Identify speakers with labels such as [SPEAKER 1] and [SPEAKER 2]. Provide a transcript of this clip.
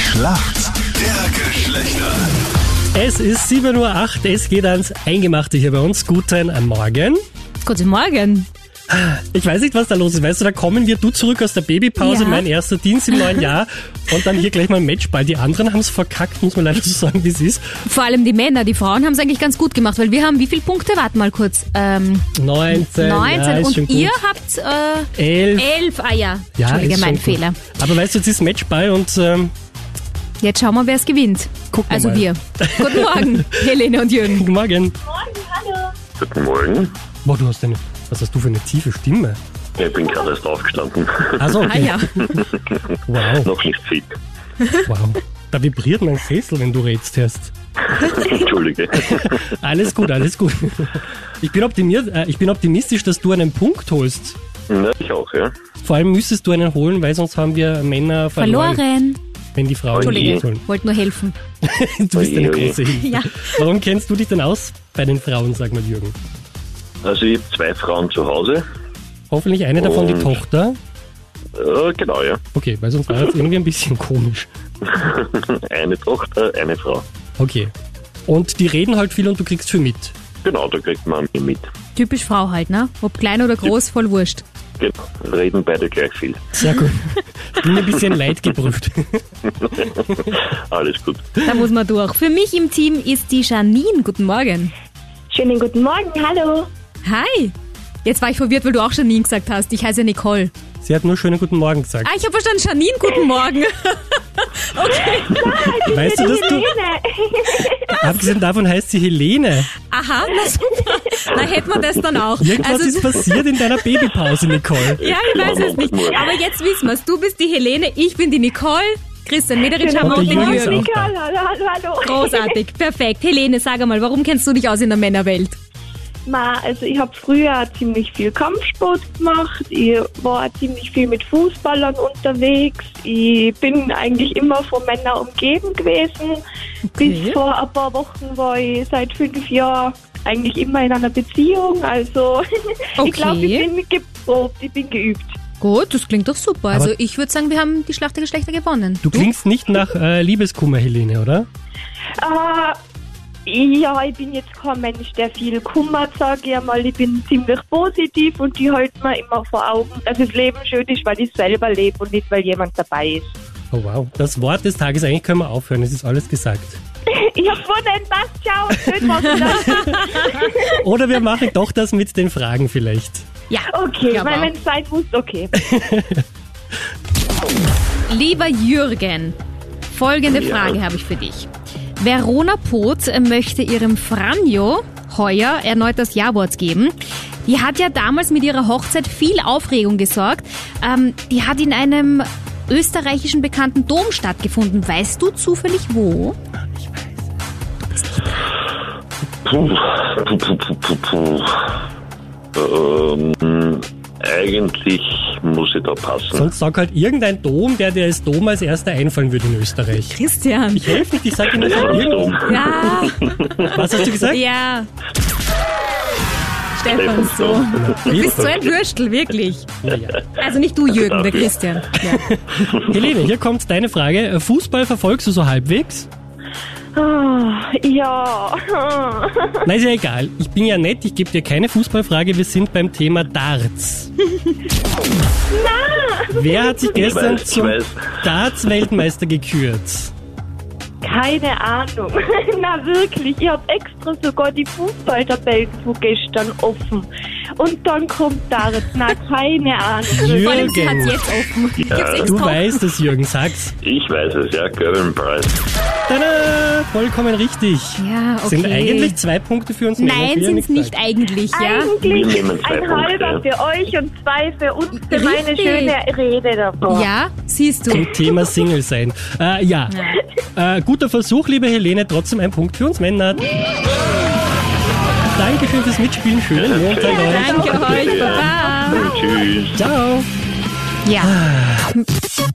[SPEAKER 1] Schlacht der Geschlechter.
[SPEAKER 2] Es ist 7.08 Uhr, es geht ans Eingemachte hier bei uns. Guten Morgen.
[SPEAKER 3] Guten Morgen.
[SPEAKER 2] Ich weiß nicht, was da los ist. Weißt du, da kommen wir, du zurück aus der Babypause,
[SPEAKER 3] Ja.
[SPEAKER 2] mein erster Dienst im neuen Jahr und dann hier gleich mal ein Matchball. Die anderen haben es verkackt, muss man leider so sagen, wie es ist.
[SPEAKER 3] Vor allem die Männer, die Frauen haben es eigentlich ganz gut gemacht, weil wir haben wie viele Punkte? Warte mal kurz. Ähm,
[SPEAKER 2] 19,
[SPEAKER 3] 19
[SPEAKER 2] ja, ist schon
[SPEAKER 3] und
[SPEAKER 2] gut.
[SPEAKER 3] ihr habt äh,
[SPEAKER 2] 11.
[SPEAKER 3] 11. Ah ja,
[SPEAKER 2] Ja, ist
[SPEAKER 3] Entschuldige,
[SPEAKER 2] schon
[SPEAKER 3] mein
[SPEAKER 2] gut.
[SPEAKER 3] Fehler.
[SPEAKER 2] Aber weißt du, jetzt ist Matchball und ähm,
[SPEAKER 3] Jetzt schauen wir, wer es gewinnt.
[SPEAKER 2] Gucken wir
[SPEAKER 3] also
[SPEAKER 2] mal.
[SPEAKER 3] wir. Guten Morgen, Helene und Jürgen.
[SPEAKER 2] guten Morgen.
[SPEAKER 4] Guten Morgen.
[SPEAKER 2] Boah, du hast eine, was hast du für eine tiefe Stimme?
[SPEAKER 4] Ich bin gerade erst aufgestanden.
[SPEAKER 2] Also,
[SPEAKER 3] Ah
[SPEAKER 2] okay.
[SPEAKER 3] ja,
[SPEAKER 2] wow,
[SPEAKER 4] Noch nicht fit.
[SPEAKER 2] wow. Da vibriert mein Sessel, wenn du redest, hast.
[SPEAKER 4] Entschuldige.
[SPEAKER 2] Alles gut, alles gut. Ich bin, optimiert, äh, ich bin optimistisch, dass du einen Punkt holst.
[SPEAKER 4] Na, ich auch, ja.
[SPEAKER 2] Vor allem müsstest du einen holen, weil sonst haben wir Männer verloren,
[SPEAKER 3] verloren.
[SPEAKER 2] wenn die Frauen
[SPEAKER 4] Entschuldige.
[SPEAKER 2] nicht holen.
[SPEAKER 3] Wollte nur helfen.
[SPEAKER 2] Du bist eine
[SPEAKER 4] Oje, oje.
[SPEAKER 2] große Hilfe.
[SPEAKER 3] Ja.
[SPEAKER 2] Warum kennst du dich denn aus bei den Frauen, sag mal Jürgen?
[SPEAKER 4] Also ich habe zwei Frauen zu Hause.
[SPEAKER 2] Hoffentlich eine davon die
[SPEAKER 4] Und-
[SPEAKER 2] Tochter.
[SPEAKER 4] Äh, genau, ja.
[SPEAKER 2] Okay, weil sonst war das irgendwie ein bisschen komisch.
[SPEAKER 4] Eine Tochter, äh, eine Frau.
[SPEAKER 2] Okay. Und die reden halt viel und du kriegst viel mit.
[SPEAKER 4] Genau, da kriegt man mit.
[SPEAKER 3] Typisch Frau halt, ne? Ob klein oder groß, voll wurscht.
[SPEAKER 4] Genau. Reden beide gleich viel.
[SPEAKER 2] Sehr gut. Bin ein bisschen leidgeprüft.
[SPEAKER 4] Alles gut.
[SPEAKER 3] Da muss man durch. Für mich im Team ist die Janine. Guten Morgen.
[SPEAKER 5] Schönen guten Morgen, hallo.
[SPEAKER 3] Hi. Jetzt war ich verwirrt, weil du auch Janine gesagt hast. Ich heiße Nicole.
[SPEAKER 2] Sie hat nur schönen guten Morgen gesagt.
[SPEAKER 3] Ah, ich habe verstanden, Janine, guten Morgen.
[SPEAKER 2] Weißt du, dass du, abgesehen davon heißt sie Helene.
[SPEAKER 3] Aha, na super. Na hätten wir das dann auch. Also,
[SPEAKER 2] Irgendwas ist passiert in deiner Babypause, Nicole.
[SPEAKER 3] ja, ich weiß es nicht. Aber jetzt wissen wir's. Du bist die Helene, ich bin die Nicole. Christian Mederitsch haben wir
[SPEAKER 2] Und der
[SPEAKER 3] und den
[SPEAKER 2] Genau. Jürgen ist
[SPEAKER 3] Jürgen.
[SPEAKER 2] auch da.
[SPEAKER 5] Hallo, hallo, hallo.
[SPEAKER 3] Großartig, perfekt. Helene, sag einmal, warum kennst du dich aus in der Männerwelt?
[SPEAKER 5] Ma, also ich habe früher ziemlich viel Kampfsport gemacht. Ich war ziemlich viel mit Fußballern unterwegs. Ich bin eigentlich immer von Männern umgeben gewesen. Bis vor ein paar Wochen war ich seit fünf Jahren eigentlich immer in einer Beziehung. Also
[SPEAKER 3] Okay.
[SPEAKER 5] ich glaube, ich bin geprobt, ich bin geübt.
[SPEAKER 3] Gut, das klingt doch super.
[SPEAKER 2] Aber-
[SPEAKER 3] Also ich würde sagen, wir haben die Schlacht der Geschlechter gewonnen.
[SPEAKER 2] Du klingst nicht nach äh, Liebeskummer, Helene, oder?
[SPEAKER 5] Ah, ja, ich bin jetzt kein Mensch, der viel Kummer sagt. Ich mal, ich bin ziemlich positiv und die hält mir immer vor Augen, dass das Leben schön ist, weil ich selber lebe und nicht, weil jemand dabei ist.
[SPEAKER 2] Oh wow. Das Wort des Tages, eigentlich können wir aufhören, es ist alles gesagt.
[SPEAKER 5] Ich hab gewonnen, passt, ciao, schön war's dann.
[SPEAKER 2] Oder wir machen doch das mit den Fragen vielleicht.
[SPEAKER 3] Ja,
[SPEAKER 5] Okay,
[SPEAKER 3] Ja,
[SPEAKER 5] weil
[SPEAKER 3] wow.
[SPEAKER 5] wenn es sein muss, okay.
[SPEAKER 3] Lieber Jürgen, folgende
[SPEAKER 4] Ja.
[SPEAKER 3] Frage habe ich für dich. Verona Poth möchte ihrem Franjo heuer erneut das Ja-Wort geben. Die hat ja damals mit ihrer Hochzeit viel Aufregung gesorgt. Ähm, die hat in einem österreichischen bekannten Dom stattgefunden. Weißt du zufällig wo?
[SPEAKER 4] Puh, puh, puh, puh, puh, puh. Ähm, eigentlich muss ich da passen.
[SPEAKER 2] Sonst sag halt irgendein Dom, der dir als Dom als erster einfallen würde in Österreich.
[SPEAKER 3] Christian.
[SPEAKER 2] Ich helfe nicht, ich sag dir nicht irgendwo.
[SPEAKER 4] Stephansdom.
[SPEAKER 3] Ja,
[SPEAKER 2] Was hast du gesagt?
[SPEAKER 3] ja. Stefan, so.
[SPEAKER 4] Stephansdom.
[SPEAKER 3] Du bist so ein Würstel, wirklich.
[SPEAKER 2] Naja.
[SPEAKER 3] Also nicht du, Jürgen, der Christian. Ja.
[SPEAKER 2] Helene, hier kommt deine Frage. Fußball verfolgst du so halbwegs?
[SPEAKER 5] Ah, ja.
[SPEAKER 2] Nein, ist ja egal. Ich bin ja nett, ich gebe dir keine Fußballfrage. Wir sind beim Thema Darts. Wer hat sich gestern
[SPEAKER 4] weiß, ich
[SPEAKER 2] zum
[SPEAKER 4] weiß.
[SPEAKER 2] Darts-Weltmeister gekürt?
[SPEAKER 5] Keine Ahnung. Na wirklich, ich hab extra sogar die Fußballtabellen von gestern offen. Und dann kommt Darit. Na, keine Ahnung.
[SPEAKER 3] Vor allem, sie hat jetzt offen. Ich hab's
[SPEAKER 2] Du
[SPEAKER 3] extra
[SPEAKER 2] weißt es, Jürgen, sag's.
[SPEAKER 4] Ich weiß es, ja. Gerwin Price.
[SPEAKER 2] Tada! Vollkommen richtig.
[SPEAKER 3] Ja, okay.
[SPEAKER 2] Sind eigentlich zwei Punkte für uns Männer,
[SPEAKER 3] Nein,
[SPEAKER 2] wie ihr
[SPEAKER 3] sind
[SPEAKER 2] nichts
[SPEAKER 3] es nicht
[SPEAKER 2] sagt.
[SPEAKER 3] eigentlich, ja?
[SPEAKER 4] Wir
[SPEAKER 5] Eigentlich
[SPEAKER 4] nehmen zwei
[SPEAKER 5] ein halber
[SPEAKER 4] Punkte.
[SPEAKER 5] für euch und zwei für uns für
[SPEAKER 3] Richtig.
[SPEAKER 5] meine schöne Rede davor.
[SPEAKER 3] Ja, siehst du.
[SPEAKER 2] Zum Thema Single sein. Äh, ja. Äh, guter Versuch, liebe Helene. Trotzdem ein Punkt für uns Männer. Dankeschön fürs Mitspielen. Schönen Montag euch.
[SPEAKER 3] Ah. Danke euch, Baba.
[SPEAKER 4] Tschüss.
[SPEAKER 2] Ciao.
[SPEAKER 3] Ja.